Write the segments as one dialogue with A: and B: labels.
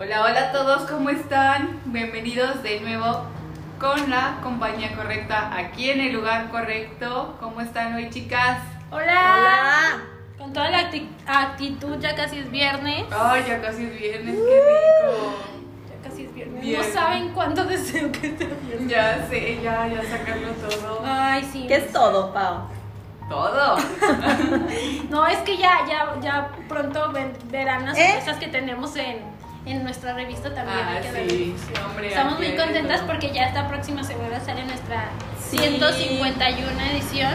A: Hola, hola a todos, ¿cómo están? Bienvenidos de nuevo con la compañía correcta, aquí en el lugar correcto. ¿Cómo están hoy, chicas?
B: Hola. Con toda la acti- actitud, ya casi es viernes.
A: Ay, ya casi es viernes, qué rico.
B: Ya casi es viernes.
A: Viernes.
B: No saben cuánto deseo que sea viernes.
A: Ya sé, ya, ya sacarlo todo. Ah,
B: Ay, sí.
C: ¿Qué es todo, Pau?
A: Todo.
B: No, es que ya, ya, ya pronto ven- verán las
C: ¿Eh?
B: sorpresas que tenemos en, en nuestra revista también.
A: Ah,
B: hay que
A: sí,
B: verlo.
A: sí, hombre.
B: Estamos
A: aquí
B: muy
A: hay
B: contentas
A: todo.
B: porque ya esta próxima semana sale nuestra
C: Sí.
B: 151 edición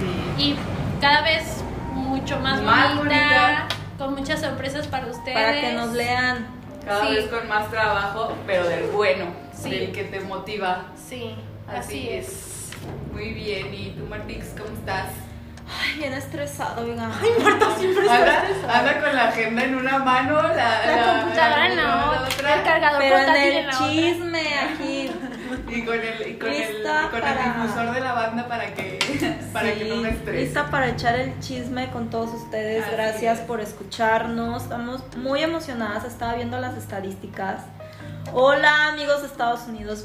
A: Sí.
B: y cada vez mucho más,
A: Más bonita.
B: con muchas sorpresas para ustedes.
C: Para que nos lean.
A: Cada
B: Sí.
A: vez con más trabajo, pero del bueno,
B: Sí.
A: del que te motiva.
B: Sí,
A: Así
B: así,
A: es.
B: es.
A: Muy bien, ¿y tú, Martix, cómo estás?
C: Ay, bien estresado, venga.
A: Anda, anda con la agenda en una mano, la,
B: La, computadora en la
A: la
B: otra,
A: otra,
B: el cargador
C: Pero en
B: portátil en
C: el
B: la otra.
C: chisme aquí.
A: y con el, y con el,
C: Lista
A: y con el
C: para-
A: difusor de la banda para que, para que no me
C: Sí,
A: estrese.
C: Lista para echar el chisme con todos ustedes.
A: Así
C: Gracias
A: es.
C: por escucharnos. Estamos muy emocionadas. Estaba viendo las estadísticas. Hola amigos de Estados Unidos,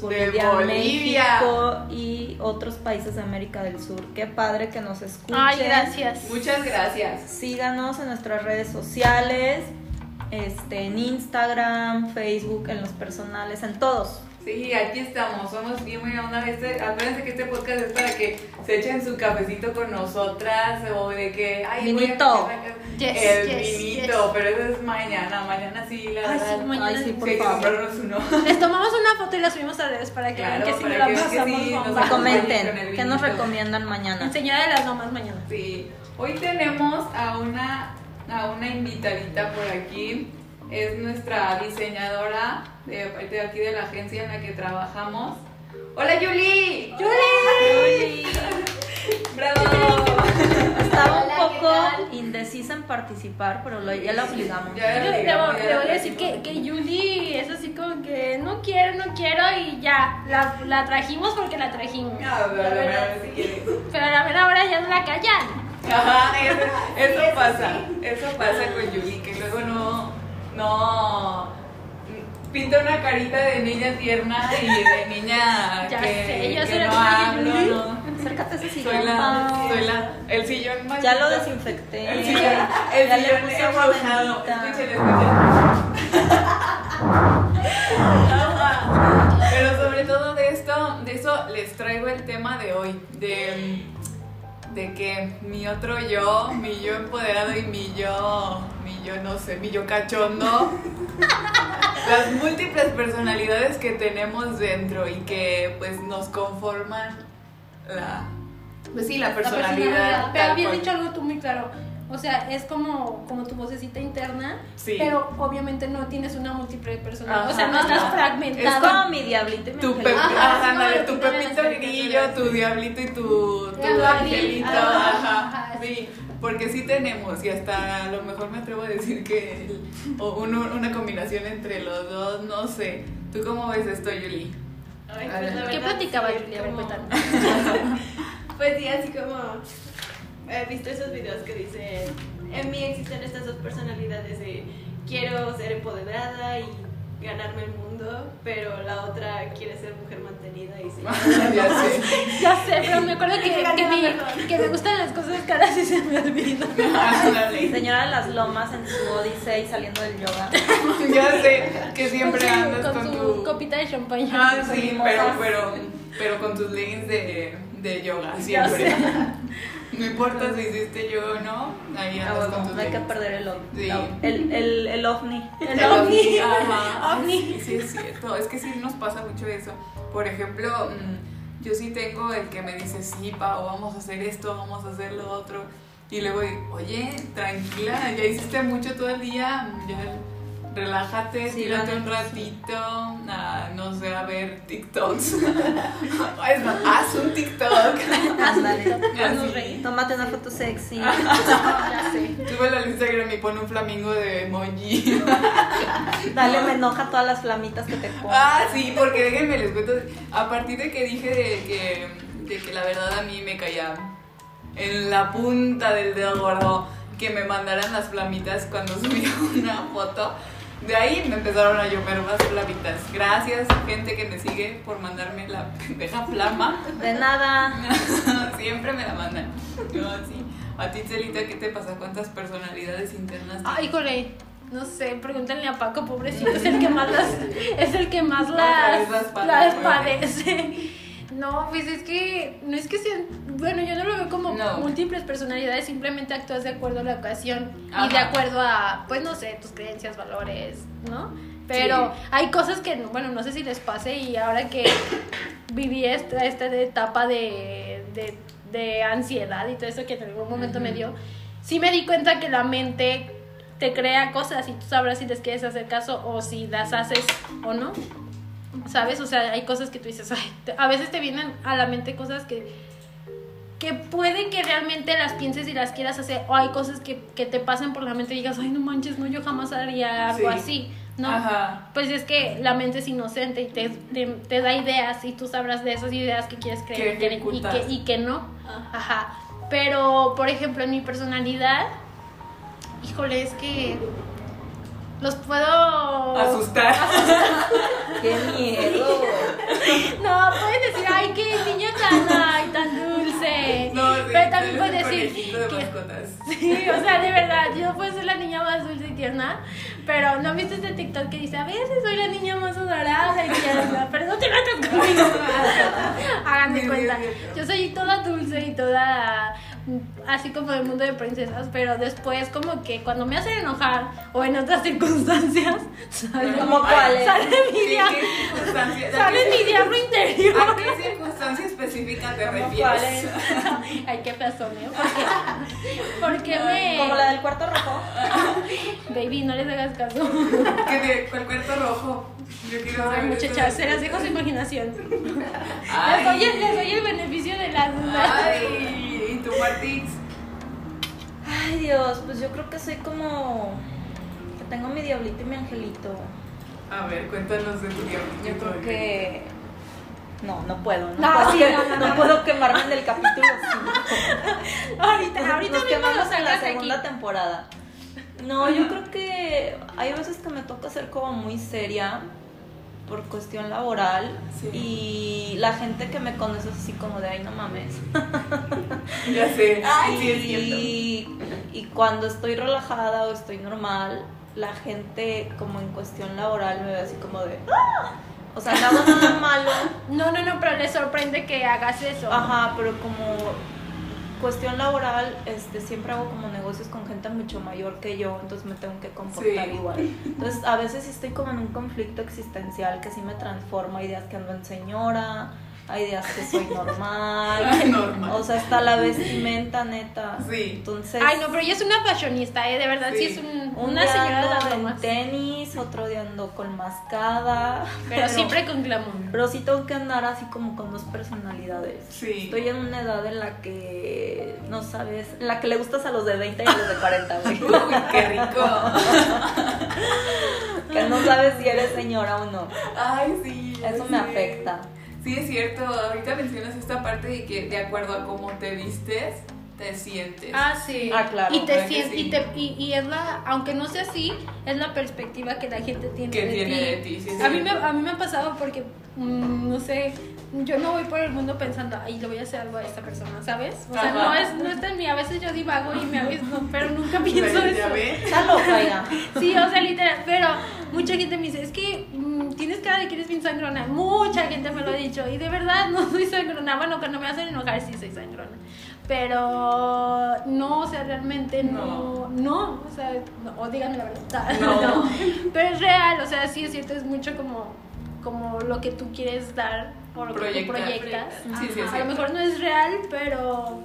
A: Bolivia.
C: Bolivia, México y otros países de América del Sur. Qué padre que nos escuchen.
B: Ay, gracias.
A: Muchas gracias.
C: Síganos en nuestras redes sociales, este, en Instagram, Facebook, en los personales, en todos.
A: Sí, aquí estamos, somos bien buena onda. Este, acuérdense que este podcast es para que se echen su cafecito con nosotras o de que... Ay, voy a
C: Vinito.
A: empezar a-
B: Yes,
A: el
B: yes,
A: vinito, pero eso es mañana, mañana sí, la
B: Ay, sí,
A: verdad.
B: mañana. Ay, sí,
A: Sí, hay que comprarnos uno.
B: Les tomamos una foto y la subimos a redes para que
A: Claro,
B: vean que si
A: para
B: nos la
A: que vean que
B: pasamos
A: sí, nos
B: bomba.
A: Vamos, Ah, con el
C: Comenten, ¿qué nos
A: vinito.
C: recomiendan mañana?
B: Enseñar de las mamás mañana.
A: Sí, hoy tenemos a una, a una invitadita por aquí. Es nuestra diseñadora de, de aquí de la agencia en la que trabajamos. ¡Hola, Yuli! ¡Yuli! ¡Bravo!
C: Estaba
B: Hola, ¿qué
C: un poco indecisa en participar, pero lo- ya la obligamos.
A: Ya la
B: Yo te,
A: obligamos, ya
B: voy-
A: la
B: te voy a decir que,
A: trajimos.
B: que Yuli es así como que no quiero, no quiero y ya, la, la trajimos porque la trajimos.
A: Ah, bueno,
B: La verdad,
A: bueno, si quieres.
B: Pero a la ver ahora ya no la callan.
A: Ajá, eso, eso pasa, eso pasa con Yuli, que luego no, no pinta una carita de niña tierna y de niña
B: Ya
A: que,
B: sé, yo
A: que
B: soy la
A: no
B: niña
A: hablo,
B: Yuli.
A: no.
C: Acércate a ese
A: Soy
C: sillón,
A: la,
C: Pau.
A: soy la, el sillón más.
C: Ya lo desinfecté.
A: El sillón, el
C: ya
A: sillón
C: puse agua
A: embrujado.
C: bendita.
A: Escuchen, escuchen. Ajá. Pero sobre todo de esto, de eso les traigo el tema de hoy, de, de que mi otro yo, mi yo empoderado y mi yo, mi yo no sé, mi yo cachondo, las múltiples personalidades que tenemos dentro y que pues nos conforman la, pues sí, la
B: La personalidad.
A: personalidad.
B: Pero
A: tal
B: habías
A: cual.
B: dicho algo tú muy claro. O sea, es como, como tu vocecita interna,
A: Sí.
B: pero obviamente no tienes una múltiple personalidad. O sea,
A: Ajá.
B: no estás
A: Ajá.
C: Es
B: fragmentada.
C: como mi diablito y mi
A: Tu,
C: angelito.
A: Pepi-
B: Ajá,
A: ah,
B: es como
A: ándale,
B: lo que
A: tu
B: ponen en
A: Pepito
B: las
A: Grillo,
B: caricaturas.
A: tu Diablito y tu, tu
B: El Dalí,
A: Angelito.
B: ajá,
A: Ajá,
B: ajá,
A: sí. Porque sí tenemos, y hasta a lo mejor me atrevo a decir que el- o uno- una combinación entre los dos, no sé. ¿Tú cómo ves esto, Yuli?
D: Ay, pues,
A: A ver.
D: la
B: ¿Qué
D: verdad,
B: platicaba
D: sí,
B: Julia? A ver,
D: como-
B: cuéntame.
D: Pues sí, así como he visto esos videos que dicen, en mí existen estas dos personalidades de quiero ser empoderada y ganarme el mundo, pero la otra quiere ser mujer mantenida y sí.
A: ya sé.
B: Ya sé, pero me acuerdo que,
D: Claro,
B: que,
D: perdón.
B: me, que me gustan las cosas caras y se me olvida.
A: Ándale.
C: Señora de las Lomas en su Odyssey saliendo del yoga.
A: ya sé que siempre
B: Con su-
A: andas
B: con
A: con,
B: tu
A: tu.
B: copita de champaña.
A: Ah, sí,
C: con
A: pero,
C: mimosas.
A: pero, pero con tus leggings de, de yoga,
B: Ya
A: siempre. No importa si hiciste yoga o no, ahí
C: Ah,
A: andas pues, con
C: bueno,
A: tus
C: no hay que
A: leggings.
C: perder el ovni.
A: Sí.
C: El, el, el ovni.
B: El ovni.
A: Ajá.
B: Ovni.
A: Sí, es cierto. Es que sí nos pasa mucho eso. Por ejemplo, mm, yo sí tengo el que me dice, sí, Pau, vamos a hacer esto, vamos a hacer lo otro. Y luego, digo, oye, tranquila, ya hiciste mucho todo el día, ya relájate,
C: Sí,
A: tírate
C: la
A: un
C: neta,
A: ratito, a, no sé, a ver TikToks. es más, haz un TikTok.
C: Ándale.
A: Así.
C: Tómate una foto sexy.
B: Ya sé.
A: Súbelo al Instagram y pon un flamingo de emoji.
C: Dale, me enoja todas las flamitas que te pongo.
A: Ah, sí, porque déjenme les cuento. A partir de que dije de que, de que la verdad a mí me caía en la punta del dedo gordo que me mandaran las flamitas cuando subía una foto. De ahí me empezaron a llover más flamitas. Gracias, gente que me sigue, por mandarme la pendeja flama.
C: De nada.
A: Siempre me la mandan. No, sí. A ti, Celita, ¿qué te pasa? ¿Cuántas personalidades internas?
B: Ay, Ah, híjole. No sé, pregúntenle a Paco, pobrecito, es el que más las, es el que más las,
A: Otra vez las
B: las,
A: padece.
B: padece. No, pues es que, no es que sean, bueno, yo no lo veo como
A: No.
B: múltiples personalidades, simplemente actúas de acuerdo a la ocasión
A: Ajá.
B: y de acuerdo a, pues no sé, tus creencias, valores, ¿no? Pero
A: Sí.
B: hay cosas que, bueno, no sé si les pase y ahora que viví esta, esta etapa de, de, de ansiedad y todo eso que en algún momento me
A: Ujú.
B: dio, sí me di cuenta que la mente te crea cosas y tú sabrás si les quieres hacer caso o si las haces o no. ¿Sabes? O sea, hay cosas que tú dices, ay, te- a veces te vienen a la mente cosas que, que pueden que realmente las pienses y las quieras hacer, o hay cosas que, que te pasan por la mente y digas, ay, no manches, no, yo jamás haría algo
A: Sí.
B: así, ¿no?
A: Ajá.
B: Pues es que la mente es inocente y te, te, te da ideas y tú sabrás de esas ideas que quieres creer
A: Que Ah.
B: que- y,
A: ejecutas.
B: que, y que no. Ajá. Pero, por ejemplo, en mi personalidad, híjole, es que los puedo...
A: Asustar.
C: Qué miedo.
B: No, pueden decir, ay, qué niño tan, ay, tan dulce.
A: No, sí,
B: Pero también
A: tú eres
B: puedes
A: el
B: decir
A: conejito de
B: que-
A: mascotas.
B: Sí, o sea, de verdad, yo puedo ser la niña más dulce y tierna, pero ¿no viste este TikTok que dice, a veces soy la niña más adorable y tierna, pero no te metas conmigo? Háganme
A: Dios,
B: cuenta.
A: Dios, Dios.
B: Yo soy toda dulce y toda mm, así como el mundo de princesas, pero después como que cuando me hacen enojar o en otras circunstancias, sale,
C: ¿Cómo cuáles?
B: sale mi
A: ¿En
B: diablo,
A: qué circunstancias?
B: sale mi diablo interior.
A: ¿A qué circunstancia específica te
C: ¿Cómo
A: refieres?
C: cuáles?
B: Ay, qué plazoneo, porque, porque me...
C: Como la del cuarto rojo.
B: Baby, no les hagas caso.
A: Que de con el cuerpo rojo. Yo quiero
B: Ay,
A: saber
B: muchachas,
A: esto.
B: se las dejo su imaginación. Les doy, el, les
A: Ay,
B: doy el beneficio de la duda.
A: ay, y tú, Martix.
C: Ay, Dios, pues yo creo que soy como. Que tengo mi diablito y mi angelito.
A: A ver, cuéntanos de tu diablito.
C: Yo creo que. No, no puedo. No,
B: No,
C: puedo,
B: sí,
C: que-
B: no, no, no.
C: no puedo quemarme en el capítulo 5.
B: Ahorita, ahorita
C: Nos- nos
B: mismo lo
C: quemamos en la
B: sacas de aquí.
C: segunda temporada. No, yo creo que hay veces que me toca ser como muy seria por cuestión laboral y la gente que me conoce es así como de ay no mames.
A: Ya sé.
D: Ay,
A: sí, es cierto.
C: y, y cuando estoy relajada o estoy normal, la gente como en cuestión laboral me ve así como de "Ah". o sea, no hago nada malo,
B: No, no, no, pero les sorprende que hagas eso.
C: ajá, pero como cuestión laboral, este siempre hago como negocios con gente mucho mayor que yo, entonces me tengo que comportar
A: Sí.
C: igual. Entonces, a veces sí estoy como en un conflicto existencial que sí me transforma, hay días que ando en señora, hay días que soy normal.
A: Ay, Ah, normal.
C: O sea, está la vestimenta neta.
A: sí.
C: Entonces,
B: Ay, no, pero ella es una fashionista, ¿eh? De verdad, sí,
A: Sí.
B: es un-
C: un
B: una
C: día
B: señora de
C: ando
B: las
C: en
B: damas.
C: tenis, otro día ando con mascada.
B: Pero siempre con glamour.
C: Pero sí tengo que andar así como con dos personalidades.
A: Sí.
C: Estoy en una edad en la que no sabes, en la que le gustas a los de 20 y a los de 40, güey.
A: Uy, qué rico.
C: que no sabes si eres señora o no.
A: Ay, sí. ya
C: Eso me
A: sé.
C: afecta.
A: Sí, es cierto. Ahorita mencionas esta parte de que de acuerdo a cómo te vistes, te sientes.
B: Ah, sí.
C: Ah, claro,
B: Y te
A: claro que
B: sientes,
A: sí.
B: y, te, y, y es la, aunque no sea así, es la perspectiva que la gente tiene
A: que
B: de
A: tiene
B: ti.
A: de ti. sí, es
B: A mí, me,
A: cierto.
B: a mí me ha pasado porque, mm, no sé, yo no voy por el mundo pensando, ay, le voy a hacer algo a esta persona, ¿sabes? O sea,
A: Ajá.
B: no, es, no está en mí. A veces yo divago y me aviso, pero nunca
A: Pero
B: pienso
A: Pues, ya
B: eso.
A: ve.
C: Está loca, oiga.
B: Sí, o sea, literal. Pero mucha gente me dice, es que mm, tienes cara de que eres bien sangrona. Mucha gente me lo ha dicho. Y de verdad no soy sangrona. Bueno, cuando me hacen enojar, sí soy sangrona. Pero no, o sea, realmente no. No, o sea, no, o díganme la verdad.
A: No.
B: Pero es real, o sea, sí es cierto, es mucho como, como lo que tú quieres dar o lo que tú
A: Proyectar.
B: proyectas.
A: Sí, sí, es
B: a lo
A: cierto.
B: mejor no es real, pero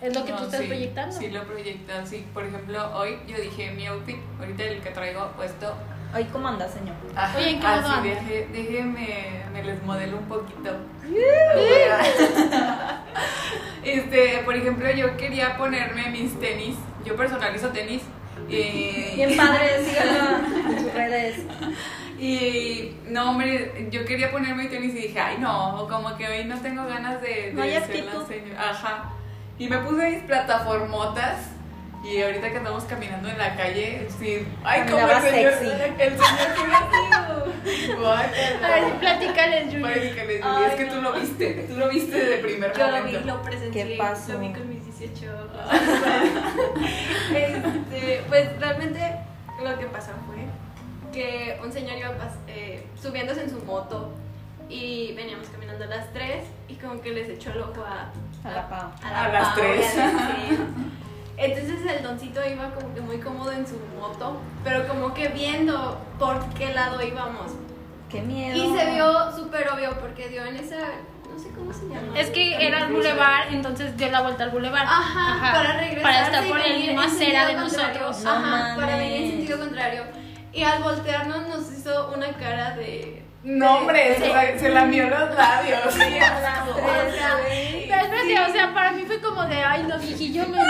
B: es lo que
A: No,
B: tú estás
A: sí,
B: proyectando.
A: Sí, lo proyectas, sí. Por ejemplo, hoy yo dije mi outfit, ahorita el que traigo puesto.
C: Ay, ¿cómo andas, señor?
A: Ajá,
B: Oye, ¿en qué modo
A: así,
B: andas?
A: deje- déjeme, me les modelo un poquito. este, por ejemplo, yo quería ponerme mis tenis. Yo personalizo tenis. eh,
C: Bien padre, síganla en sus redes.
A: Y no, hombre, yo quería ponerme tenis y dije, ay, no, como que hoy no tengo ganas de, de
C: No hay
A: ser la
C: actitud.
A: señora". Ajá. Y me puse mis plataformotas Y ahorita que andamos caminando en la calle, sí. Ay, como
C: Caminaba
A: el señor.
C: sexy.
A: El señor que me
B: A ver,
A: Guácala.
B: platícales, Yuri.
A: Parece que le-
D: Ay,
A: es que tú
D: no.
A: lo viste. Tú lo viste desde el primer
D: Yo lo
A: momento.
D: vi, lo presencié.
C: ¿Qué pasó?
D: Lo vi con mis 18 ojos. Este, pues realmente lo que pasó fue que un señor iba pas- eh, subiéndose en su moto y veníamos caminando a las tres y como que les echó el ojo a,
C: A la pao.
A: A las
D: Pau y a
A: tres.
D: las tres. Entonces el doncito iba como que muy cómodo en su moto, pero como que viendo por qué lado íbamos.
C: Qué miedo.
D: Y se vio súper obvio porque dio en esa, no sé cómo se llama.
B: Es que era el bulevar, entonces dio la vuelta al bulevar.
D: Ajá, para regresar.
B: Para estar por la misma acera de nosotros.
C: No
D: ajá, para venir en
C: mames.
D: sentido contrario. Y al voltearnos nos hizo una cara de.
A: No, hombre, se, la- se lamió los labios.
D: O sea,
B: Pero espérate, o sea, para mí fue como de, ay, no, yo me... No,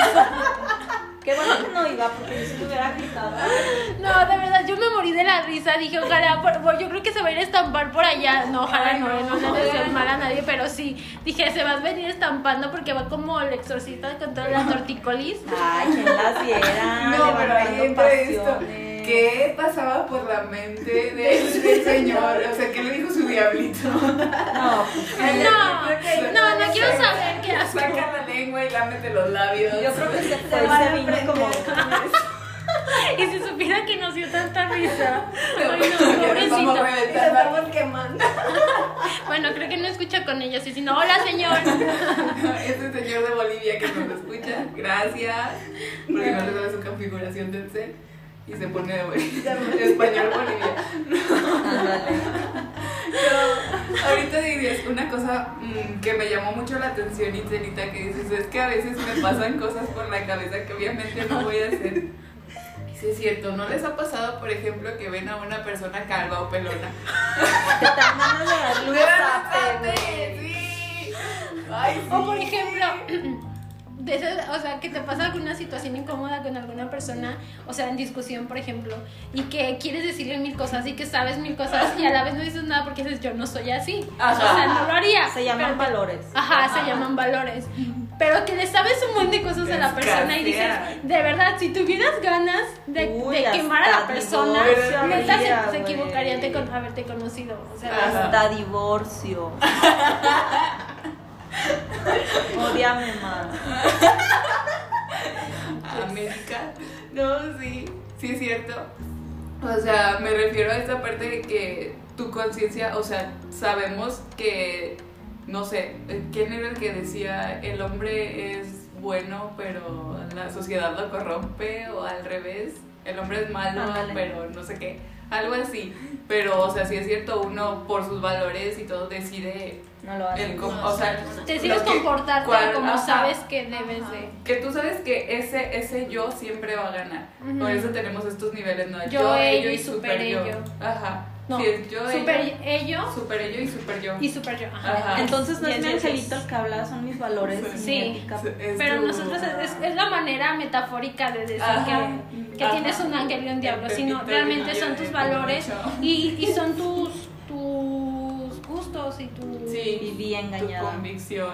C: Qué bueno que no iba, porque yo si te hubiera gritado.
B: de verdad, yo me morí de la risa. Dije, ojalá, por- por- yo creo que se va a ir a estampar por allá. No, ojalá
A: Ay,
B: no,
A: no,
B: no, no,
A: no.
B: le deseo el mal a nadie, pero sí. Dije, se va a venir estampando porque va como el exorcista con todas las tortícolis.
C: Ay, quien las viera.
A: No, pero ahí
C: levantando
A: entra esto.
C: pasiones.
A: ¿Qué pasaba por la mente del, del señor? O sea, ¿qué le dijo su diablito?
C: No, pues,
B: No, no, no quiero saber qué asco.
A: Saca la lengua y lámete los labios.
C: yo creo que se fue
D: te
C: y
D: van a
C: se vino como.
D: aprender.
B: Y si supiera que nos dio tanta risa. Ay, no,
A: Ya nos vamos a
B: pobrecito.
D: Y lo
A: reventar la-
D: estamos quemando.
B: Bueno, creo que no escucha con ellos. Y si no, hola, señor.
A: Este señor de Bolivia que nos escucha, gracias. Porque no le sabe su configuración del cel y se pone de Bolivia. español Bolivia.
C: Ándale.
A: Pero ahorita dirías una cosa mm, que me llamó mucho la atención, Itzelita, que dices, es que a veces me pasan cosas por la cabeza que obviamente no voy a hacer. Y sí es cierto, ¿no les ha pasado, por ejemplo, que ven a una persona calva o pelona?
C: Te dan ganas de darle un zape, güey.
A: ¡Sí! Ay, sí.
B: O por ejemplo, de esas- o sea, que te pasa alguna situación incómoda con alguna persona, o sea, en discusión, por ejemplo, y que quieres decirle mil cosas y que sabes mil cosas y a la vez no dices nada porque dices, yo no soy así.
A: Ajá.
B: O sea, no lo haría.
C: Se llaman
B: Pero-
C: valores.
B: Ajá, se llaman valores. Pero que le sabes un montón de cosas a la persona y dices,
A: Escasea.
B: de verdad, si tuvieras ganas de,
C: Uy,
B: de
C: las
B: quemar a la persona,
A: categorías,
B: neta se, se
C: güey.
B: equivocaría de con- haberte conocido. O sea,
A: Ajá.
C: Hasta divorcio. Odiame más.
A: América. No, sí, sí es cierto. O sea, me refiero a esta parte de que tu conciencia, o sea, sabemos que, no sé, eh, ¿quién era el que decía el hombre es bueno, pero la sociedad lo corrompe? O al revés, el hombre es malo,
C: Ándale.
A: pero no sé qué. Algo así. Pero, o sea, sí es cierto, uno por sus valores y todo decide
C: No lo hagas.
A: el... cómo- O sea,
B: te decides
A: lo que-
B: comportarte
A: cuál-
B: como
A: ajá.
B: sabes que debes
D: Ajá.
B: de.
A: que tú sabes que ese, ese yo siempre va a ganar.
B: Ujú.
A: Por eso tenemos estos niveles, ¿no?
B: Yo, ello y super
A: yo.
B: ello.
A: Ajá.
B: No,
A: Sí, es yo,
B: super
A: ello,
B: ello
A: super ello y super yo.
B: y super yo. Ajá.
A: Ajá.
C: Entonces no
B: Ah, Y
C: es mi
B: entonces-
C: angelito el que habla, son mis valores. y mi
B: Sí.
C: ética.
A: Es
B: Pero
A: tu-
B: nosotros es, es- es la manera metafórica de decir
A: Ajá.
B: que, que
A: Ajá.
B: tienes un ángel y un diablo, sino
A: Perfecto,
B: realmente
A: yo
B: son
A: de
B: tus
A: tu
B: valores
A: macho.
B: y, y son tus, tus gustos y tus
A: Sí.
C: Viví engañada.
A: Tu convicción.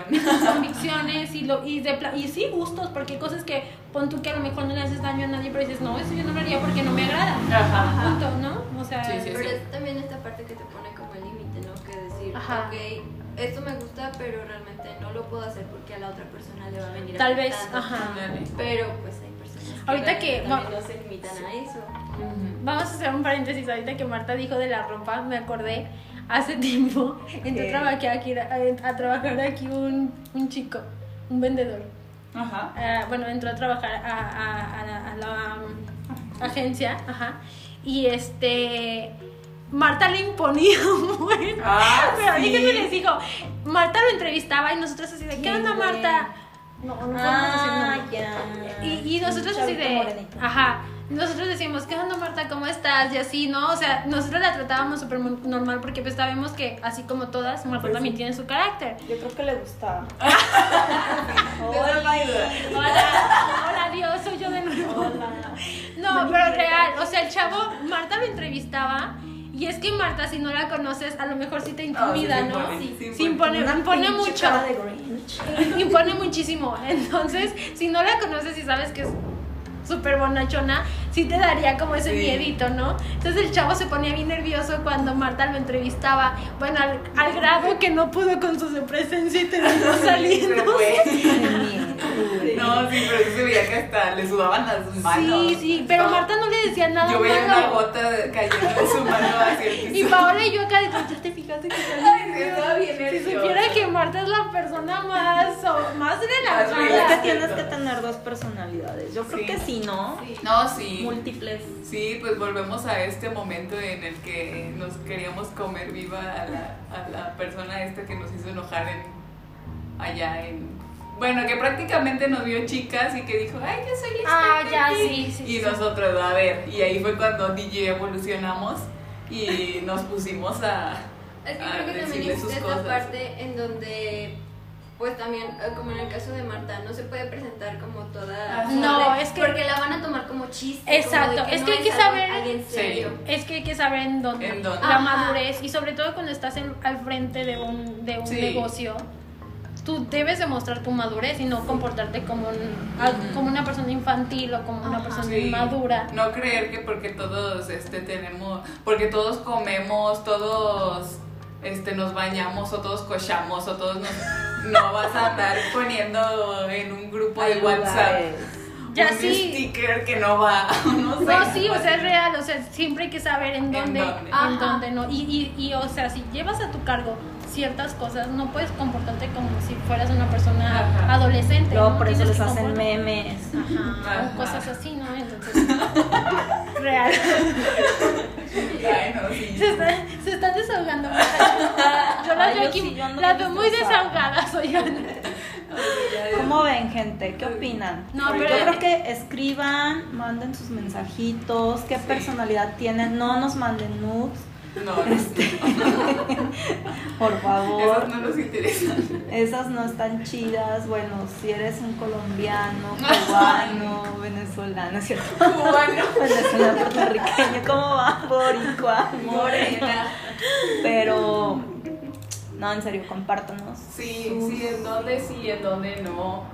B: convicciones y, lo, y, de, pla- y sí gustos, porque hay cosas que pon tú que a lo mejor no le haces daño a nadie, pero dices, no, eso yo no lo haría porque no me agrada.
A: Ajá.
D: Ajá.
B: Punto, ¿no? O sea,
A: Sí, sí,
D: Pero es también esta parte que te pone como el límite, ¿no? Que decir,
B: Ajá.
D: ok, esto me gusta, pero realmente no lo puedo hacer porque a la otra persona le va a venir
B: tal vez,
D: afectando.
B: ajá.
A: Ándale.
D: Pero pues hay personas
B: Ahorita
D: realmente
B: que-
D: también no se limitan a eso.
A: Ujú.
B: Vamos a hacer un paréntesis ahorita que Marta dijo de la ropa, me acordé hace tiempo, entró
C: Ok.
B: a trabajar aquí, a, a trabajar aquí un, un chico, un vendedor.
A: Ajá.
B: Ah, bueno, entró a trabajar a, a- a la, a la, um, agencia, ajá, y este, Marta le imponía un buen-
A: Ah,
B: Pero
A: sí.
B: déjenme les digo, Marta lo entrevistaba y nosotros así de, ¿qué
C: Sí,
B: onda
C: güey.
B: Marta? No, no podemos decir
C: Ah,
B: nombres.
C: ya.
B: Y, y nosotros así
C: Chavito
B: de, Ah.
C: morenito.
B: ajá, nosotros decimos, ¿qué onda Marta? ¿Cómo estás? Y así, ¿no? O sea, nosotros la tratábamos súper mon- normal porque pues sabemos que así como todas, Marta
A: Pues sí.
B: también tiene su carácter.
C: Yo creo que le gustaba.
A: Te da ayuda.
B: Hola, hola Dios, soy yo de nuevo. No, pero real, o sea, el chavo, Marta lo entrevistaba y es que Marta, si no la conoces, a lo mejor sí te
A: Ah, sí,
B: intimida,
A: sí
B: ¿no?
A: impone,
B: Sí,
A: sí
B: sí
A: impone.
B: impone, impone
C: Pinche
B: mucho.
C: cara de Grinch.
B: impone muchísimo. Entonces, si no la conoces y sabes que es súper bonachona, sí te daría como ese
A: Sí.
B: miedito, ¿no? Entonces el chavo se ponía bien nervioso cuando Marta lo entrevistaba, bueno, al, al grado que no pudo con su presencia y terminó
A: Se
B: saliendo.
A: fue.
C: Sí.
A: No, sí, pero sí se veía que hasta le sudaban las manos.
B: Sí, sí, pero
A: No.
B: Marta no le decía nada
A: Yo veía una
B: malo.
A: gota de- cayendo de su mano hacia el
B: Y
A: piso.
B: Paola y yo acá de ya te fijaste que está
A: Ay,
B: bien
A: sí,
B: nerviosa?"
A: estaba bien
B: Si
A: nerviosa.
B: supiera que Marta es la persona más, o- más
C: Es que
A: relajada.
B: relajada.
C: tienes que tener dos personalidades. Yo creo
A: Sí.
C: que sí, ¿no?
D: Sí.
A: No, sí.
C: Múltiples.
A: Sí, pues volvemos a este momento en el que nos queríamos comer viva a la, a la persona esta que nos hizo enojar en, allá en... Bueno, que prácticamente nos vio chicas y que dijo, ay, yo soy la
B: Ah,
A: experta
B: ya,
A: aquí".
B: sí, sí,
A: Y
B: sí.
A: nosotros, a ver, y ahí fue cuando DJ evolucionamos y nos pusimos a...
D: Es que
A: a
D: creo que también
A: Ah, decirle sus
D: existe esta
A: cosas.
D: parte en donde, pues también, eh, como en el caso de Marta, no se puede presentar como toda.
A: Ajá.
B: Ah, No,
D: de-
B: es que-
D: Porque la van a tomar como chiste. como
B: Exacto,
D: de
B: es que hay que
D: alguien-
B: saber-
D: Alguien serio.
A: Serio.
B: Es que hay que saber en dónde.
A: En dónde.
B: La
D: Ajá.
B: madurez y sobre todo cuando estás en- al frente de un, de un
A: Sí.
B: negocio, tú debes demostrar tu madurez y no comportarte como, un- a-
A: Ujú.
B: como una persona infantil o como una
D: Ajá.
B: persona
A: Sí.
B: inmadura.
A: No creer que porque todos este tenemos, porque todos comemos, todos este nos bañamos o todos cochamos o todos nos no vas a andar poniendo en un grupo de
C: Hay
A: WhatsApp
C: lugares.
B: Ya
A: un
B: sí.
A: sticker que no va, no sé.
B: No, sí, o sea, es real, o sea, siempre hay que saber en
A: dónde?
B: dónde, en
D: Ajá.
B: dónde no. Y, y, y, o sea, si llevas a tu cargo ciertas cosas, no puedes comportarte como si fueras una persona
A: Ajá.
B: adolescente.
C: Luego
B: ¿no?
C: por eso
B: Tienes
C: les
B: que
C: hacen
B: comportarte-
C: memes.
B: Ajá,
A: Ajá.
B: o cosas así, ¿no? Entonces, real.
A: Ay, no, sí.
B: Se, está- se están desahogando. muchachos. Yo las
C: Ay,
B: veo
C: yo
B: aquí,
C: sí, yo ando
B: las
C: bien
B: veo muy
C: estresada.
B: desahogadas, oigan.
C: ¿Cómo ven, gente? ¿Qué opinan?
B: No,
C: Yo
B: pero-
C: creo que escriban, manden sus mensajitos, qué personalidad tienen. No nos manden nudes,
A: No, no,
B: este,
C: por
A: esas
C: favor.
A: no nos interesan.
C: Esas no están chidas. Bueno, si eres un colombiano, cubano, venezolano, ¿es ¿cierto?
A: Cubano,
C: Venezolano, puertorriqueño, ¿cómo va? Boricua.
A: morena.
C: Pero, no, en serio, compártanos.
A: Sí,
C: sus-
A: sí, en dónde sí, en dónde no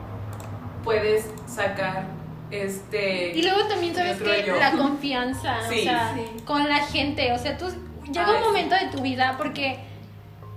A: puedes sacar este
B: Y luego también sabes
A: Yo creo
B: que
A: yo.
B: la confianza,
A: Sí,
B: o sea,
D: sí.
B: con la gente, o sea, tú llega
A: Ay,
B: un momento de tu vida porque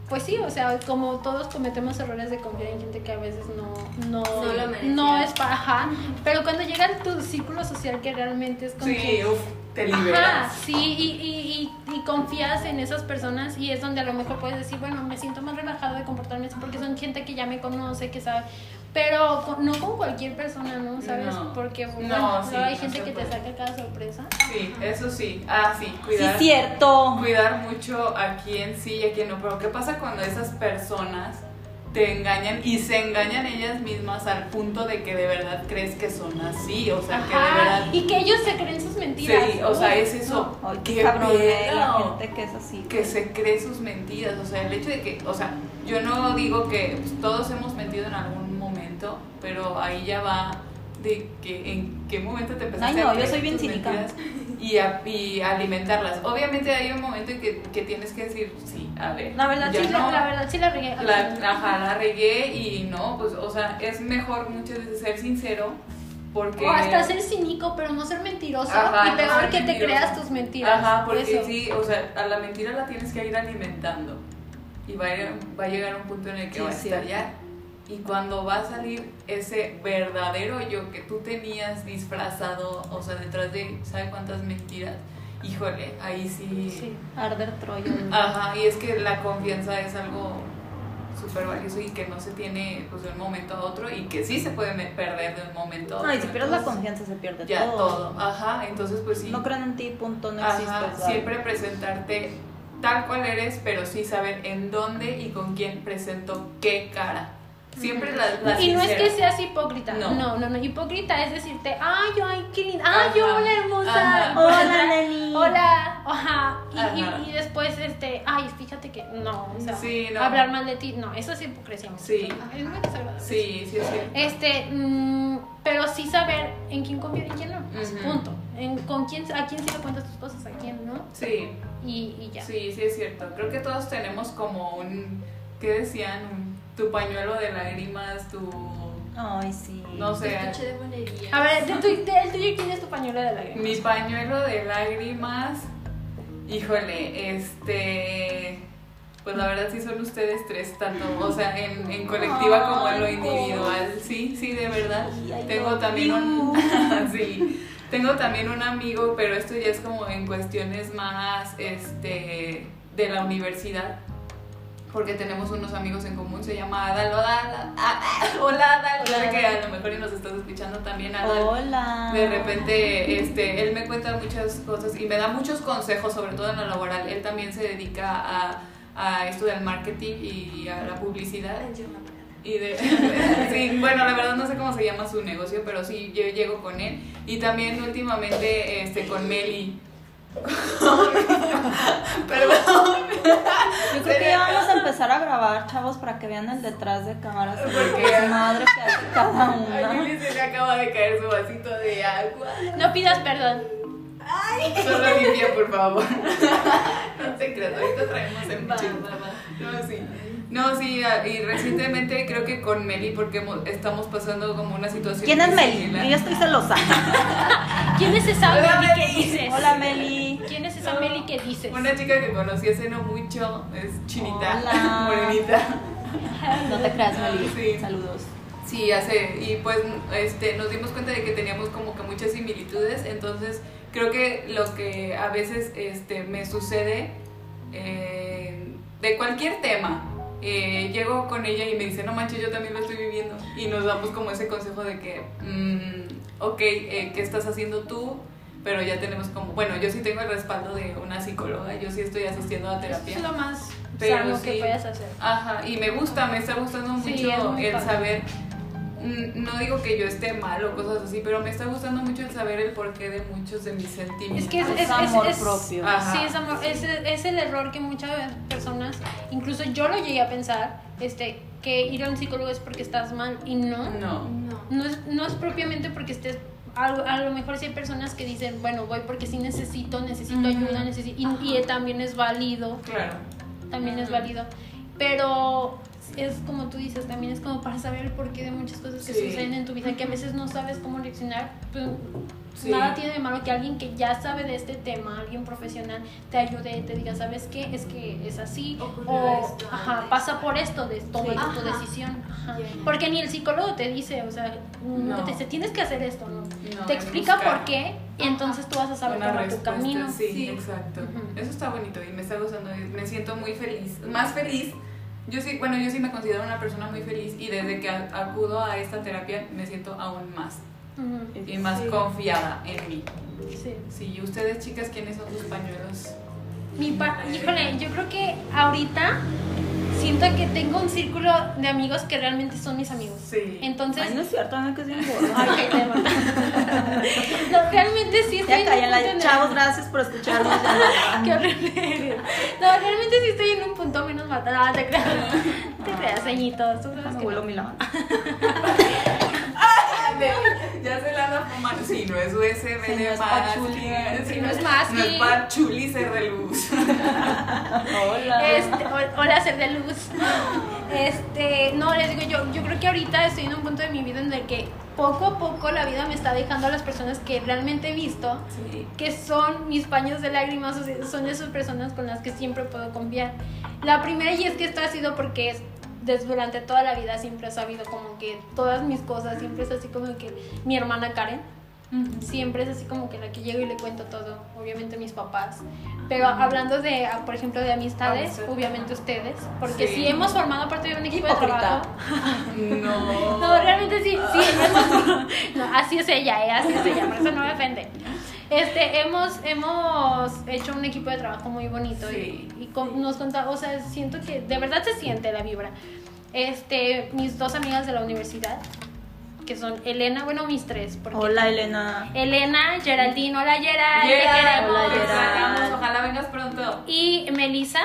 B: pues sí, o sea, como todos cometemos errores de confiar en gente que a veces no no
D: No lo merecía.
B: no es para ajá, pero cuando llega tu círculo social que realmente es con
A: Sí,
B: quien-
A: uf, te
B: Ajá,
A: liberas.
B: sí, y, y, y, y confías en esas personas y es donde a lo mejor puedes decir, bueno, me siento más relajado de comportarme así porque son gente que ya me conoce, que sabe, pero con- no con cualquier persona, ¿no? ¿Sabes?
A: No.
B: Porque
A: No,
B: bueno,
A: sí,
B: luego hay
A: no
B: gente
A: se
B: que
A: puede.
B: te saca cada sorpresa.
A: Sí, eso sí. Ah, sí,
C: Sí,
A: cuidar.
C: cierto.
A: Cuidar mucho a quién sí y a quién no. Pero ¿qué pasa cuando esas personas te engañan y se engañan ellas mismas al punto de que de verdad crees que son así? O sea, que de
B: Ajá,
A: verdad...
B: y que ellos se creen sus mentiras.
A: Sí, o sea,
B: Uy,
A: es eso.
C: Ay,
A: Qué
C: qué cabrón, eh, la
A: pedo.
C: gente que es así.
A: que se cree sus mentiras, o sea, el hecho de que, o sea, yo no digo que pues, todos hemos mentido en algún momento, pero ahí ya va de que en qué momento te empezaste
C: Ay, no,
A: a creer
C: yo soy bien
A: tus
C: cínica.
A: mentiras y, a- y alimentarlas. Obviamente hay un momento en que, que tienes que decir, sí, a ver,
B: La verdad,
A: ya
B: sí, la,
A: no,
B: la verdad, sí la regué.
A: la, ajá, la regué y no, pues, o sea, es mejor muchas veces ser sincero porque...
B: O hasta ser cínico, pero no ser mentiroso.
A: Ajá,
B: y
A: no
B: peor
A: ser
B: que te
A: mentiroso.
B: creas tus mentiras.
A: Ajá, porque
B: eso.
A: sí, o sea, a la mentira la tienes que ir alimentando. Y va a, ir- va a llegar un punto en el que
C: Sí,
A: va a
C: sí.
A: estallar. Y cuando va a salir ese verdadero yo que tú tenías disfrazado, o sea, detrás de, ¿sabe cuántas mentiras? Híjole, ahí sí.
B: Sí.
C: Arder Troya.
A: Ajá, y es que la confianza es algo súper valioso y que no se tiene pues, de un momento a otro y que sí se puede me- perder de un momento a otro.
C: No, y si pierdes la
A: Entonces,
C: confianza se pierde
A: Ya todo. Ajá, entonces pues sí.
C: No creen en ti, punto, no existe.
A: Ajá, siempre presentarte tal cual eres, pero sí saber en dónde y con quién presento qué cara. Siempre las la
B: Y no es
A: sincera.
B: que seas hipócrita.
A: No.
B: No, no, no. Hipócrita es decirte, ay, yo, ay, qué linda. Ay, yo,
A: Ajá.
B: hola, hermosa.
A: Ajá.
C: Hola, Nani.
B: Hola. Ajá. Y, y-
A: Ajá.
B: y después, este, ay, fíjate que no. O sea,
A: Sí, no.
B: hablar mal de ti. No, eso es hipocresía.
A: Sí.
B: muchacha. Es muy desagradable.
A: Sí, sí, sí.
B: Este, mm, pero sí saber en quién confiar y en quién no. Pues,
A: Ujú.
B: Punto. En, con quién, a quién sí le cuentas tus cosas, a quién no.
A: Sí,
B: Y, y ya.
A: sí, sí es cierto. Creo que todos tenemos como un, ¿qué decían? Un- Tu pañuelo de lágrimas, tu...
C: Ay, sí.
A: No sé.
D: Estuche de monerías.
B: A ver, de tu- de- el tuyo, ¿quién es tu pañuelo de lágrimas?
A: Mi pañuelo de lágrimas. Híjole, este. Pues la verdad sí son ustedes tres, tanto, o sea, en, en colectiva como en lo
C: Ay,
A: individual. Sí, sí, de verdad.
C: Sí, ay,
A: Tengo
C: no.
A: también un. sí. Tengo también un amigo, pero esto ya es como en cuestiones más este de la universidad. Porque tenemos unos amigos en común, se llama Adal, Adal, Adal, hola Adal,
B: Hola, Adal.
A: que a lo mejor y nos estás escuchando también, Adal.
C: Hola.
A: De repente, este, él me cuenta muchas cosas y me da muchos consejos, sobre todo en lo laboral. Él también se dedica a, a esto del marketing y a la publicidad. Y de, sí, bueno, la verdad no sé cómo se llama su negocio, pero sí, yo llego con él. Y también últimamente este, con Meli. Perdón,
C: Yo creo que ya vamos a empezar a grabar, chavos, para que vean el detrás de cámaras.
A: Porque-
C: madre que hace cada
A: a
C: una.
A: Meli se le acaba de caer su vasito de agua.
B: No pidas perdón.
A: Solo limpia, por favor. No te creas, ahorita traemos en
D: Va,
A: chinga.
D: va, va.
A: No, sí. No, sí, a- y recientemente creo que con Meli, porque hemos- estamos pasando como una situación.
C: ¿Quién es
A: muy
C: Meli?
A: similar.
C: Yo ya estoy celosa.
B: ¿Quién es esa
A: Hola,
B: Meli que
A: Meli.
B: dices?
C: Hola, Meli.
B: ¿Quién es esa Meli que dices?
A: Una chica que conocí hace no mucho es chinita,
C: Hola.
A: morenita.
C: No te creas, Meli.
A: Sí.
C: Saludos.
A: Sí, hace. Y pues este, nos dimos cuenta de que teníamos como que muchas similitudes. Entonces, creo que lo que a veces este, me sucede eh, de cualquier tema, eh, llego con ella y me dice, no manches, yo también lo estoy viviendo. Y nos damos como ese consejo de que, mm, ok, eh, ¿qué estás haciendo tú? Pero ya tenemos como, bueno, yo sí tengo el respaldo de una psicóloga, yo sí estoy asistiendo a
B: Eso
A: terapia.
B: es lo más
A: Pero
B: sano que
A: sí.
B: puedas hacer.
A: Ajá, y me gusta, me está gustando mucho
B: Sí, es muy
A: el
B: padre.
A: saber, mm, no digo que yo esté mal o cosas así, pero me está gustando mucho el saber el porqué de muchos de mis sentimientos.
B: Es que es,
C: Es
B: es, es-
C: amor
B: es-
C: propio.
A: Ajá.
B: Sí, es amor. Es, es el error que muchas personas, incluso yo lo llegué a pensar, este, que ir a un psicólogo es porque estás mal y no.
A: No,
D: No.
B: No es, no es propiamente porque estés. A lo, a lo mejor sí hay personas que dicen, bueno, voy porque sí necesito, necesito
A: Ujú.
B: ayuda, necesito. Y, y también es válido,
A: claro.
B: también es
A: Ujú.
B: válido. Pero es como tú dices, también es como para saber el porqué de muchas cosas que
A: Sí.
B: suceden en tu vida, que a veces no sabes cómo reaccionar. pues,
A: Sí.
B: Nada tiene de malo que alguien que ya sabe de este tema, alguien profesional, te ayude y te diga, ¿sabes qué? Es que es así.
D: Ocurrió
B: O
D: esto
B: ajá,
D: antes".
B: pasa por esto, de, toma
D: Sí.
B: tu
D: Ajá.
B: decisión. Ajá.
D: Ya, ya.
B: Porque ni el psicólogo te dice, o sea, nunca
A: No.
B: te dice, tienes que hacer esto, ¿no?
A: No,
B: te
A: es
B: explica
A: buscar
B: por qué y entonces tú vas a saber
A: una
B: tomar tu
A: respuesta,
B: camino.
A: Sí,
D: Sí.
A: exacto.
B: Ujú.
A: Eso está bonito y me está gustando, y me siento muy feliz, más feliz. Yo sí, bueno, yo sí me considero una persona muy feliz y desde que a- acudo a esta terapia me siento aún más
B: Ujú,
A: y más
D: Sí.
A: confiada en mí.
B: sí.
A: Sí, y ustedes chicas, ¿quiénes son sus pañuelos?
B: Mi pa- híjole, yo creo que ahorita siento que tengo un círculo de amigos que realmente son mis amigos.
A: Sí.
B: Entonces,
C: Ay, no es cierto, no que es bien gorda.
B: Ay, qué tema. No, realmente sí estoy
C: Ya
B: en
C: callan
B: un punto en
C: la
B: el-
C: chavos, gracias por escucharnos. ya no.
B: Qué horrible eres. No, realmente sí estoy en un punto menos mal. No, te creas. No Te creas, ceñitos. Tú sabes
C: Me
B: que
C: vuelo
B: no.
C: mi lavanda.
A: Ya se la anda fumando. Si no es USB
C: Si no
A: de
C: es
A: másking.
C: patchouli.
B: Si no es masking.
A: No es patchouli, se reluz.
C: Hola.
B: Este, hol- hola, ser de luz. Este, no, les digo, yo, yo creo que ahorita estoy en un punto de mi vida en el que poco a poco la vida me está dejando a las personas que realmente he visto,
A: Sí.
B: que son mis paños de lágrimas, o sea, son esas personas con las que siempre puedo confiar. La primera, y es que esto ha sido porque es, des- durante toda la vida siempre ha sabido como que todas mis cosas, siempre es así como que mi hermana Karen, siempre es así como que la que llego y le cuento todo, obviamente mis papás. Pero hablando de, ah, por ejemplo, de amistades,
A: Amistad.
B: obviamente ustedes, porque
A: Sí.
B: si hemos formado parte de un equipo de
C: Hipócrita.
B: trabajo.
A: No.
B: No, realmente sí, sí, hemos- no, así es ella, eh, así es ella, por eso no me ofende. Este, hemos, hemos hecho un equipo de trabajo muy bonito y-
A: Sí.
B: y, con- nos contamos, o sea, siento que de verdad se siente la vibra. Este, mis dos amigas de la universidad, que son Elena, bueno, mis tres, porque
C: Hola, Elena.
B: Elena, Geraldine, hola Gerald, te
A: Gerald,
B: queremos.
A: te
C: Hola, Gerald.
A: extrañamos, Ojalá vengas pronto.
B: Y Melissa,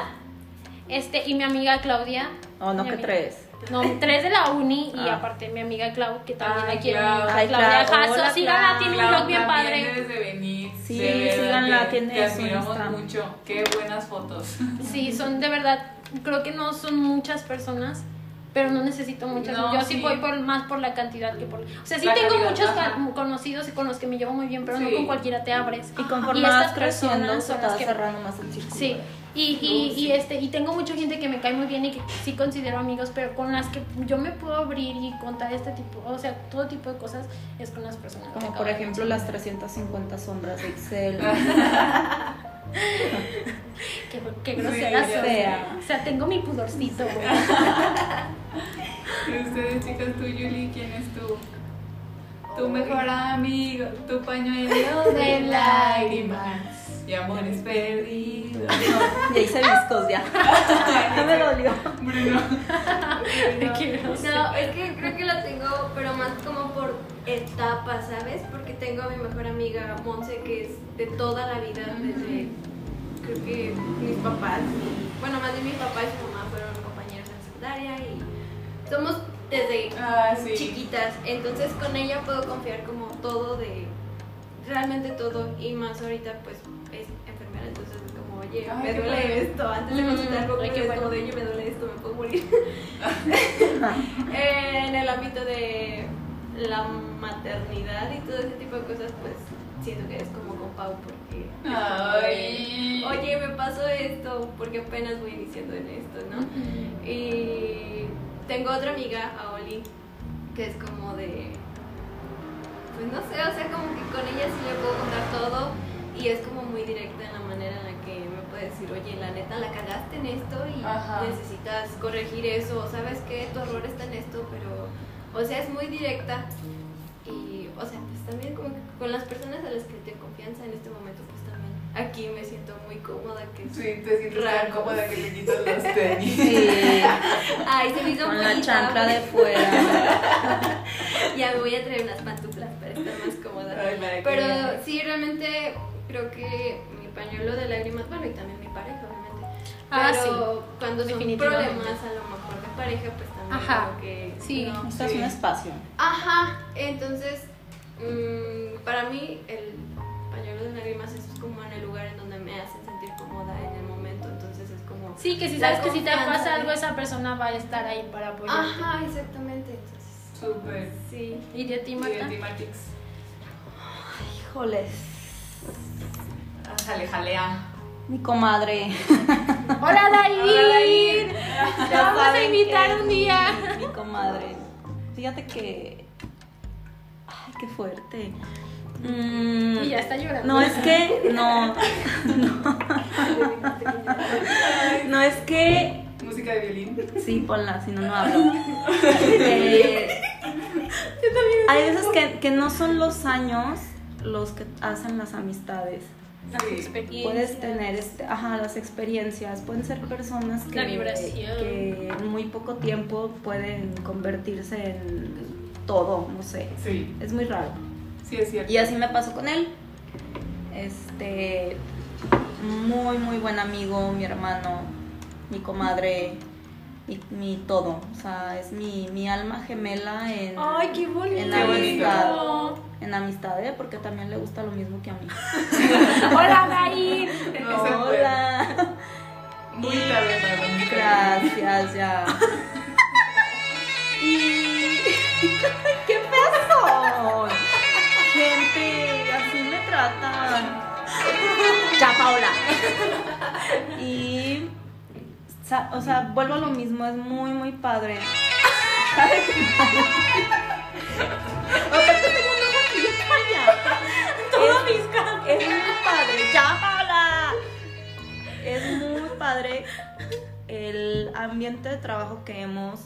B: este, y mi amiga Claudia.
C: Oh, no,
B: mi
C: que
B: amiga-
C: tres.
B: No, tres de la uni y
C: Ah.
B: aparte mi amiga Clau, que también
A: Ay,
B: la quiero.
A: Clau.
B: mucho.
C: Ay,
B: Claudia
C: Clau,
B: Jasso,
C: hola,
B: síganla,
C: Clau.
B: Ah, tiene un
A: Clau,
B: blog bien
A: también
B: padre.
A: debes de venir.
C: Sí,
A: De verdad,
C: síganla,
A: te-
C: tiene
A: Te
C: su
A: admiramos
C: Instagram.
A: mucho. Qué buenas fotos.
B: Sí, son de verdad, creo que no son muchas personas, pero no necesito muchas.
A: No,
B: yo sí,
A: sí.
B: voy por, más por la cantidad que por... O sea, sí
A: La
B: tengo
A: calidad,
B: muchos
A: ajá.
B: ca- conocidos y con los que me llevo muy bien, pero no
A: Sí.
B: con cualquiera te abres.
C: Y conforme
B: Y
C: vas
B: estas
C: creciendo,
B: personas
C: se
B: son
C: te va
B: las que-
C: cerrando más el círculo.
B: Sí. Y, y, y, este, y tengo mucha gente que me cae muy bien y que sí considero amigos, pero con las que yo me puedo abrir y contar este tipo, o sea, todo tipo de cosas es con las personas. que
C: Como
B: acabo
C: por
B: de
C: ejemplo las 350 sombras de Excel.
B: Qué, qué grosera
A: Sí,
B: soy.
A: ya
C: sé.
B: O sea, tengo mi pudorcito, güey.
A: Y ustedes, chicas, tú, Yuli, ¿quién es tú? Tu mejor amigo, tu pañuelo de lágrimas y amores perdidos.
C: Y ahí se viscos ya. No me dolió.
A: Bruno.
B: Qué grosera.
D: No, es que creo que lo tengo, pero más como por etapas, ¿sabes? Porque tengo a mi mejor amiga Monse, que es de toda la vida, desde creo que mis papás, mi- bueno, más de mi papá y su mamá fueron compañeros en secundaria y somos desde
A: Ah, sí.
D: chiquitas, entonces con ella puedo confiar como todo de realmente todo y más ahorita pues es enfermera, entonces es como, oye,
A: Ay,
D: me
A: qué
D: duele
A: padre.
D: esto, antes de
B: Mm,
D: consultar algo,
B: ay,
D: me
B: qué bueno.
D: desnudé, yo me duele esto, me puedo morir. en el ámbito de la maternidad y todo ese tipo de cosas, pues siento que es como con Pau porque es como
A: Ay.
D: de, oye, me pasó esto porque apenas voy iniciando en esto, ¿no? Y tengo otra amiga, Aoli, que es como de. Pues no sé, o sea, como que con ella sí le puedo contar todo y es como muy directa en la manera en la que me puede decir, oye, la neta la cagaste en esto y
A: Ajá.
D: necesitas corregir eso, o sabes que tu error está en esto, pero. O sea, es muy directa y, o sea, pues también como que con las personas a las que tengo confianza en este momento, pues también aquí me siento muy cómoda que.
A: Sí, te sientes tan
D: Raro.
A: cómoda que te quitas los tenis.
C: Sí.
D: Ay, se me hizo
C: Con
D: muy
C: la chancla
D: tarde.
C: de fuera.
D: Ya me voy a traer unas pantuflas para estar más cómoda.
A: Ay, para que-
D: Pero sí, realmente creo que mi pañuelo de lágrimas, bueno, y también mi pareja, obviamente.
B: Ah,
D: Pero cuando son
B: Definitivamente.
D: problemas, a lo mejor de pareja, pues también
B: Ajá.
D: creo que.
B: Sí.
D: no.
C: Esto es un espacio.
D: Ajá, entonces, mm, para mí, el pañuelo de lágrimas es como en el lugar en donde me hacen sentir cómoda en el momento. Entonces es como.
B: Sí, que si
D: La
B: sabes que si te
D: confianza,
B: pasa algo,
D: ¿no?
B: esa persona va a estar ahí para apoyarte.
C: Ah.
D: Ajá, exactamente. Entonces,
A: Súper.
D: sí.
B: ¿Y de ti,
A: Y
B: Marta?
A: de ti, Martix.
C: Híjoles.
A: Jale, jalea.
C: Mi comadre.
B: ¡Hola, Dair!
C: Ya
B: vamos a
C: saben
B: invitar
C: que es
B: un día.
C: Mi, mi comadre. Fíjate que. Ay, qué fuerte. Mm,
B: Y ya está llorando.
C: No, es que. No. No es que.
A: Música de violín.
C: Sí, ponla, si no, no hablo. Eh, hay veces que, que no son los años los que hacen las amistades.
A: Sí.
C: Puedes tener este, ajá, las experiencias, pueden ser personas que,
B: La vibración.
C: que en muy poco tiempo pueden convertirse en todo, no sé.
A: Sí,
C: Es muy raro.
A: sí es cierto.
C: Y así me pasó con él. Este, muy, muy buen amigo, mi hermano, mi comadre, mi, mi todo. O sea, es mi, mi alma gemela en,
B: ¡Ay, qué bonito!
C: en
A: Qué bonito.
C: amistad. En amistad, ¿eh? porque también le gusta lo mismo que a mí.
B: ¡Hola, Dair!
A: Esa fue
C: Hola.
A: Muy tarde para la música de violín.
C: Gracias, ya. Y... ¡Qué peso! Gente, así me tratan. Ya, Paola. Y... sa- O sea, vuelvo a lo mismo, es muy, muy padre. ¿Sabes? Aparte tengo un ojo aquí, España. Todo mis Es muy padre. ¡Ya, Paola! Es muy padre el ambiente de trabajo que hemos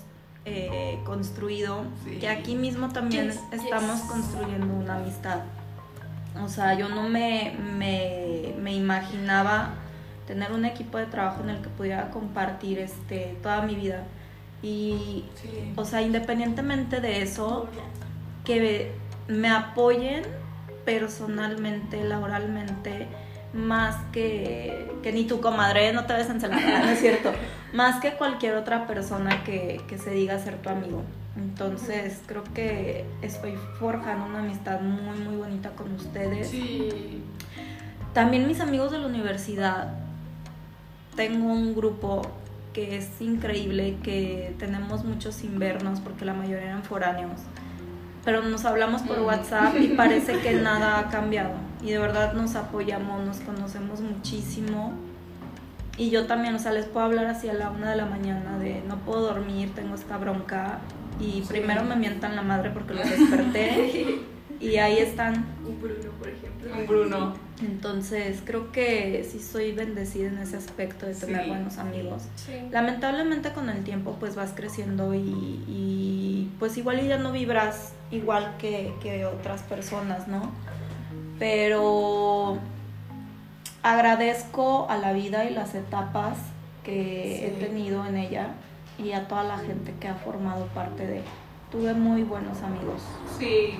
C: eh, construido,
A: Sí.
C: que aquí mismo también
B: Yes,
C: estamos
B: yes.
C: construyendo una amistad. O sea, yo no me, me, me imaginaba tener un equipo de trabajo en el que pudiera compartir este, toda mi vida. Y,
A: Sí.
C: o sea, independientemente de eso, que me apoyen personalmente, laboralmente, más que, que ni tu comadre, no te ves encelada, no es cierto, más que cualquier otra persona que, que se diga ser tu amigo. Entonces, creo que estoy forjando una amistad muy, muy bonita con ustedes.
A: Sí.
C: También mis amigos de la universidad, tengo un grupo que es increíble, que tenemos muchos invernos porque la mayoría eran foráneos. Pero nos hablamos por WhatsApp y parece que nada ha cambiado. Y de verdad nos apoyamos, nos conocemos muchísimo. Y yo también, o sea, les puedo hablar hacia la una de la mañana de no puedo dormir, tengo esta bronca. Y primero me mientan la madre porque los desperté. y ahí están.
D: Un Bruno, por ejemplo.
A: Un Bruno.
C: Entonces, creo que sí soy bendecida en ese aspecto de tener
A: Sí.
C: buenos amigos.
B: Sí.
C: Lamentablemente con el tiempo pues vas creciendo y, y, pues igual y ya no vibras igual que, que otras personas, ¿no? Pero agradezco a la vida y las etapas que he
A: Sí.
C: tenido en ella y a toda la gente que ha formado parte de. Tuve muy buenos amigos.
A: Sí,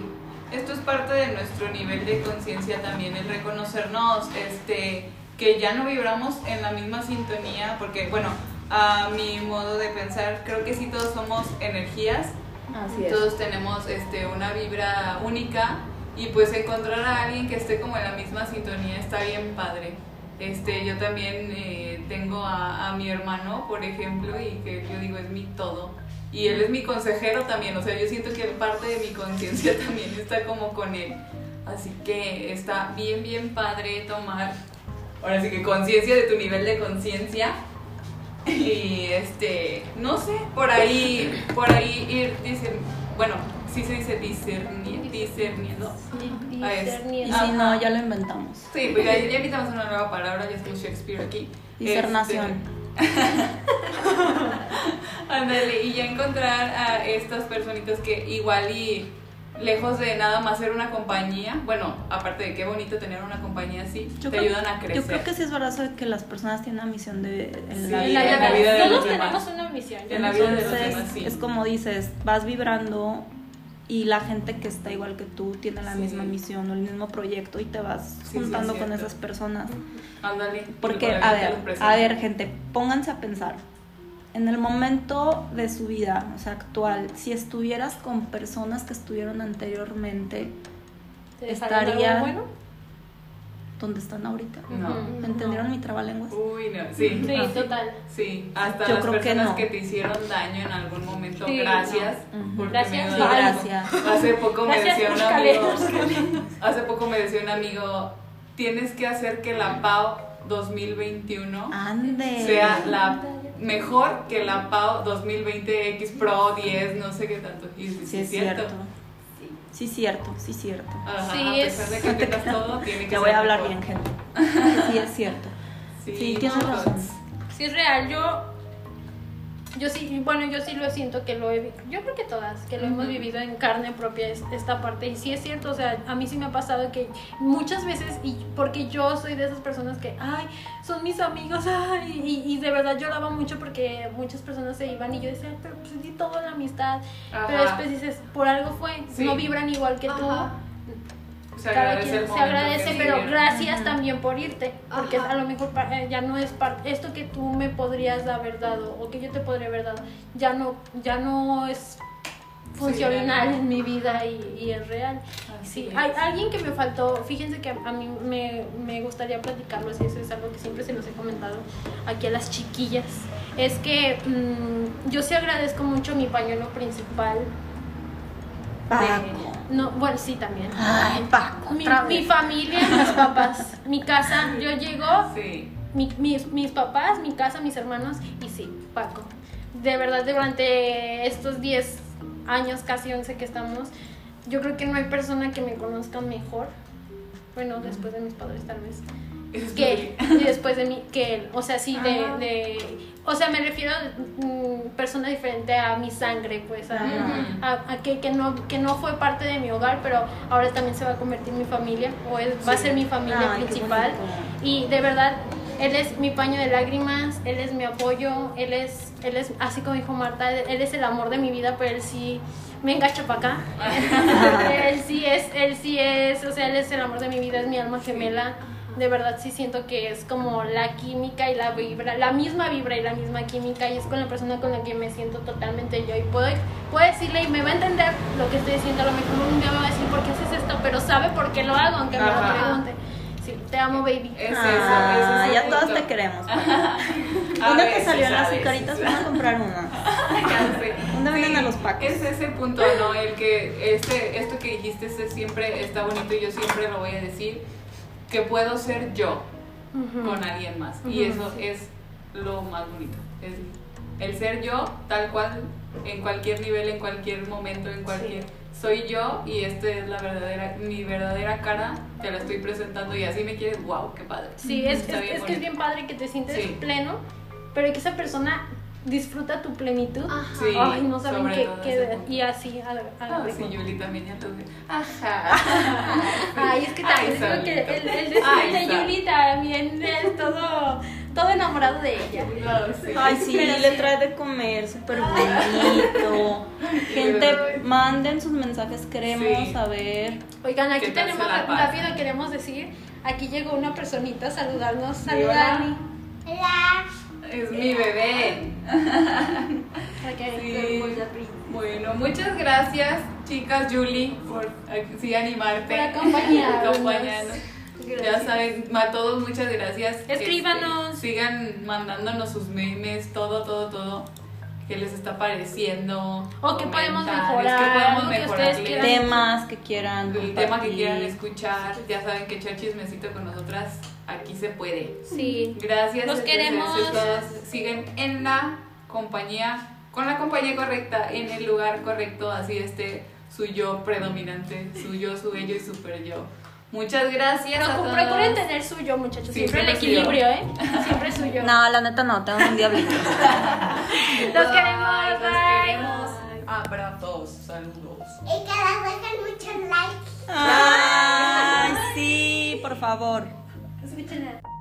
A: esto es parte de nuestro nivel de conciencia también, el reconocernos este, que ya no vibramos en la misma sintonía, porque bueno, a mi modo de pensar, creo que sí todos somos energías,
C: Así
A: todos tenemos este, una vibra única y pues encontrar a alguien que esté como en la misma sintonía está bien padre. Este, yo también eh, tengo a, a mi hermano, por ejemplo, y que yo digo es mi todo. Y él es mi consejero también, o sea, yo siento que parte de mi conciencia también está como con él. Así que está bien, bien padre tomar, ahora sí que conciencia de tu nivel de conciencia. Y este, no sé, por ahí, por ahí ir, dicen, bueno, sí se dice discernir, discerniendo. Ah, es-
C: Y
B: Discerniendo.
C: si no, ya lo inventamos.
A: Sí, pues ya, ya invitamos una nueva palabra, ya estamos Shakespeare aquí.
C: Discernación.
A: Este, Ándale, y ya encontrar a estas personitas que igual y lejos de nada más ser una compañía, bueno, aparte de qué bonito tener una compañía así,
C: Yo
A: te
C: creo-
A: ayudan a crecer.
C: Yo creo que sí es verdad eso de que las personas tienen una misión de, en
A: Sí,
C: la
A: en
C: vida.
A: la vida de los
B: Todos
A: demás.
B: tenemos una misión.
A: En la vida de los
C: Entonces,
A: demás, sí.
C: es como dices, vas vibrando y la gente que está igual que tú tiene la
A: Sí.
C: misma misión o el mismo proyecto y te vas
A: Sí, sí,
C: juntando
A: es
C: con
A: cierto.
C: esas personas.
A: Ándale.
C: Porque,
A: igual
C: a
A: ahorita los
C: ver,
A: presento.
C: a ver, gente, pónganse a pensar. En el momento de su vida, o sea, actual, si estuvieras con personas que estuvieron anteriormente,
B: ¿Te salió algo
C: Estaría-
B: bueno?
C: ¿dónde están ahorita?
A: No.
B: Ujú.
C: ¿Entendieron mi trabalenguas?
A: Uy, no, sí.
B: Sí,
C: Ah.
B: total.
A: Sí, hasta
C: Yo
A: las
C: creo que
A: personas
C: no.
A: que, te hicieron daño en algún momento,
B: Sí,
A: gracias.
C: no. Ujú.
A: porque
B: Gracias,
A: me
C: Sí,
A: dolió.
B: Ay,
C: gracias.
A: Hace poco me
B: Gracias,
A: decía un
B: búscale,
A: amigo,
B: búscale.
A: hace poco me decía un amigo, tienes que hacer que la PAO
C: Ah,
A: 2021
C: Ande.
A: sea la mejor que la PAO 2020 X Pro 10, no sé qué tanto. Y sí,
C: Sí, es cierto. Sí, cierto, sí, cierto.
A: Ajá,
B: Sí,
A: a pesar
B: es-
A: de que tengas todo, tiene que
C: Te
A: ser
C: voy a hablar
A: mejor.
C: bien, gente. Sí, es cierto.
A: Sí,
C: Sí, tienes
A: no,
C: razón.
A: pues,
B: Sí, es real. Yo. Yo sí, bueno, yo sí lo siento que lo he vi- Yo creo que todas, que lo hemos
A: Ujú.
B: vivido en carne propia es- esta parte. Y sí es cierto, o sea, a mí sí me ha pasado que muchas veces, y porque yo soy de esas personas que, ay, son mis amigos, ay, y, y de verdad lloraba mucho porque muchas personas se iban y yo decía, pero pues di todo en la amistad. Pero
A: ajá.
B: después dices, por algo fue,
A: Sí.
B: no vibran igual que tú.
D: Ajá.
A: pues, se
B: Cada
A: agradece el
B: quien se
A: momento
B: agradece,
A: que
B: pero
A: vivieron.
B: gracias
C: Ujú.
B: también por irte, porque
D: Ajá.
B: a lo mejor pa- eh, ya no es parte, esto que tú me podrías haber dado o que yo te podría haber dado, ya no, ya no es funcional
A: ya no.
B: en mi vida y, y es real.
A: Así
B: Sí,
A: es.
B: hay alguien que me faltó, fíjense que a, a mí me, me gustaría platicarlo, así eso es algo que siempre se los he comentado aquí a las chiquillas, es que mm, yo sí agradezco mucho mi pañuelo principal,
C: Paco.
B: no, bueno, sí también.
C: Ay, Paco.
B: Mi,
C: otra
B: mi
C: vez.
B: familia, mis papás, mi casa, yo llego,
A: Sí.
B: mi- mis, mis papás, mi casa, mis hermanos y sí, Paco. De verdad, durante estos 10 años, casi 11 que estamos, yo creo que no hay persona que me conozca mejor, bueno, después de mis padres tal vez, que y después de mí, que él. O sea, sí, de,
A: Ajá.
B: de- o sea, me refiero a mm, persona diferente a mi sangre, pues, a,
A: Ujú.
B: a- a que, que no, que no fue parte de mi hogar, pero ahora también se va a convertir en mi familia, o es- va a
A: Sí.
B: ser mi familia
C: Ay, qué
B: principal.
C: bonito.
B: Y de verdad, él es mi paño de lágrimas, él es mi apoyo, él es, él es así como dijo Marta, él, él es el amor de mi vida, pero él sí me engacha para acá. él sí es, él sí es, o sea, él es el amor de mi vida, es mi alma gemela. De verdad sí siento que es como la química y la vibra, la misma vibra y la misma química y es con la persona con la que me siento totalmente yo y puedo, puedo decirle y me va a entender lo que estoy diciendo, a lo mejor un día me va a decir por qué haces esto, pero sabe por qué lo hago, aunque me lo
A: Ajá.
B: pregunte. Sí, te amo baby.
A: Es eso,
C: Ah,
A: es ese
C: ya todas
A: punto.
C: te queremos.
A: A
C: Una que
A: veces,
C: salió en
A: a
C: las
A: veces.
C: azucaritas, van a comprar una.
A: Ya sé.
C: ¿Dónde venden a los pacos?
A: Es ese punto, ¿no? El que este, esto que dijiste este siempre está bonito y yo siempre lo voy a decir, que puedo ser yo
B: Ujú.
A: con alguien más. Y
B: Ujú,
A: eso es lo más bonito. Es el ser yo tal cual, en cualquier nivel, en cualquier momento, en cualquier... Soy yo y esta es la verdadera, mi verdadera cara, te la estoy presentando y así me quieres, wow, qué padre.
B: Sí, es,
A: Está
B: es-
A: bien
B: es que es
A: bonito.
B: bien padre que te sientes
A: Sí.
B: pleno, pero que esa persona disfruta tu plenitud.
A: Sí,
B: Ay, no saben
A: sobre
B: qué.
A: todo
B: qué-
A: ese punto.
B: y así, a ver, a
A: Ah,
B: ver,
A: sí,
B: bueno.
A: Yuli también ya tuve. Ajá.
B: Ay, es que también
A: Ay,
B: digo que el,
A: Sabrina.
B: el
A: Ay,
B: decir de
A: Sab-
B: Yuli también es todo, todo enamorado de ella.
A: No, sí.
C: Ay, sí, le trae de comer, súper bonito. Gente,
A: Ay.
C: manden sus mensajes, queremos
A: Sí.
C: saber.
B: Oigan, aquí
A: ¿Qué tal
B: tenemos
A: se la pasa?
B: rápido, queremos decir, aquí llegó una personita a saludarnos,
A: hola.
B: saluda a Ani.
A: Es mi bebé.
B: Ok.
A: Sí. Bueno, muchas gracias, chicas, Julie, por eh, sí, animarte.
B: Por acompañarnos.
A: Acompañarnos. Ya saben, a todos muchas gracias.
B: Escríbanos.
A: Este, sigan mandándonos sus memes, todo, todo, todo. ¿Qué les está pareciendo?
B: O qué podemos
A: Comentarios,
B: mejorar,
A: ¿Qué podemos
B: algo que
A: mejorar?
B: ustedes quieran.
C: Temas que quieran.
A: El tema que
C: compartir.
A: quieran escuchar. Ya saben que echar chismecito con nosotras aquí se puede.
B: Sí.
A: Gracias.
B: Los
A: gracias,
B: queremos.
A: gracias a todos. Siguen en la compañía, con la compañía correcta, en el lugar correcto, así este su yo predominante, su yo, su ello y super yo. Muchas gracias. a
B: Pero
A: todos.
B: procuren tener suyo, muchachos.
A: Sí,
B: siempre el
A: siempre suyo.
B: equilibrio, ¿eh? Siempre suyo.
C: No, la neta no, tengo un diablito.
A: Bye,
B: Los queremos,
A: los
B: bye.
A: queremos. Ah, Abrazos, saludos.
E: Y que las dejen muchos likes.
C: Ay, sí, por favor.
B: Escuchen a-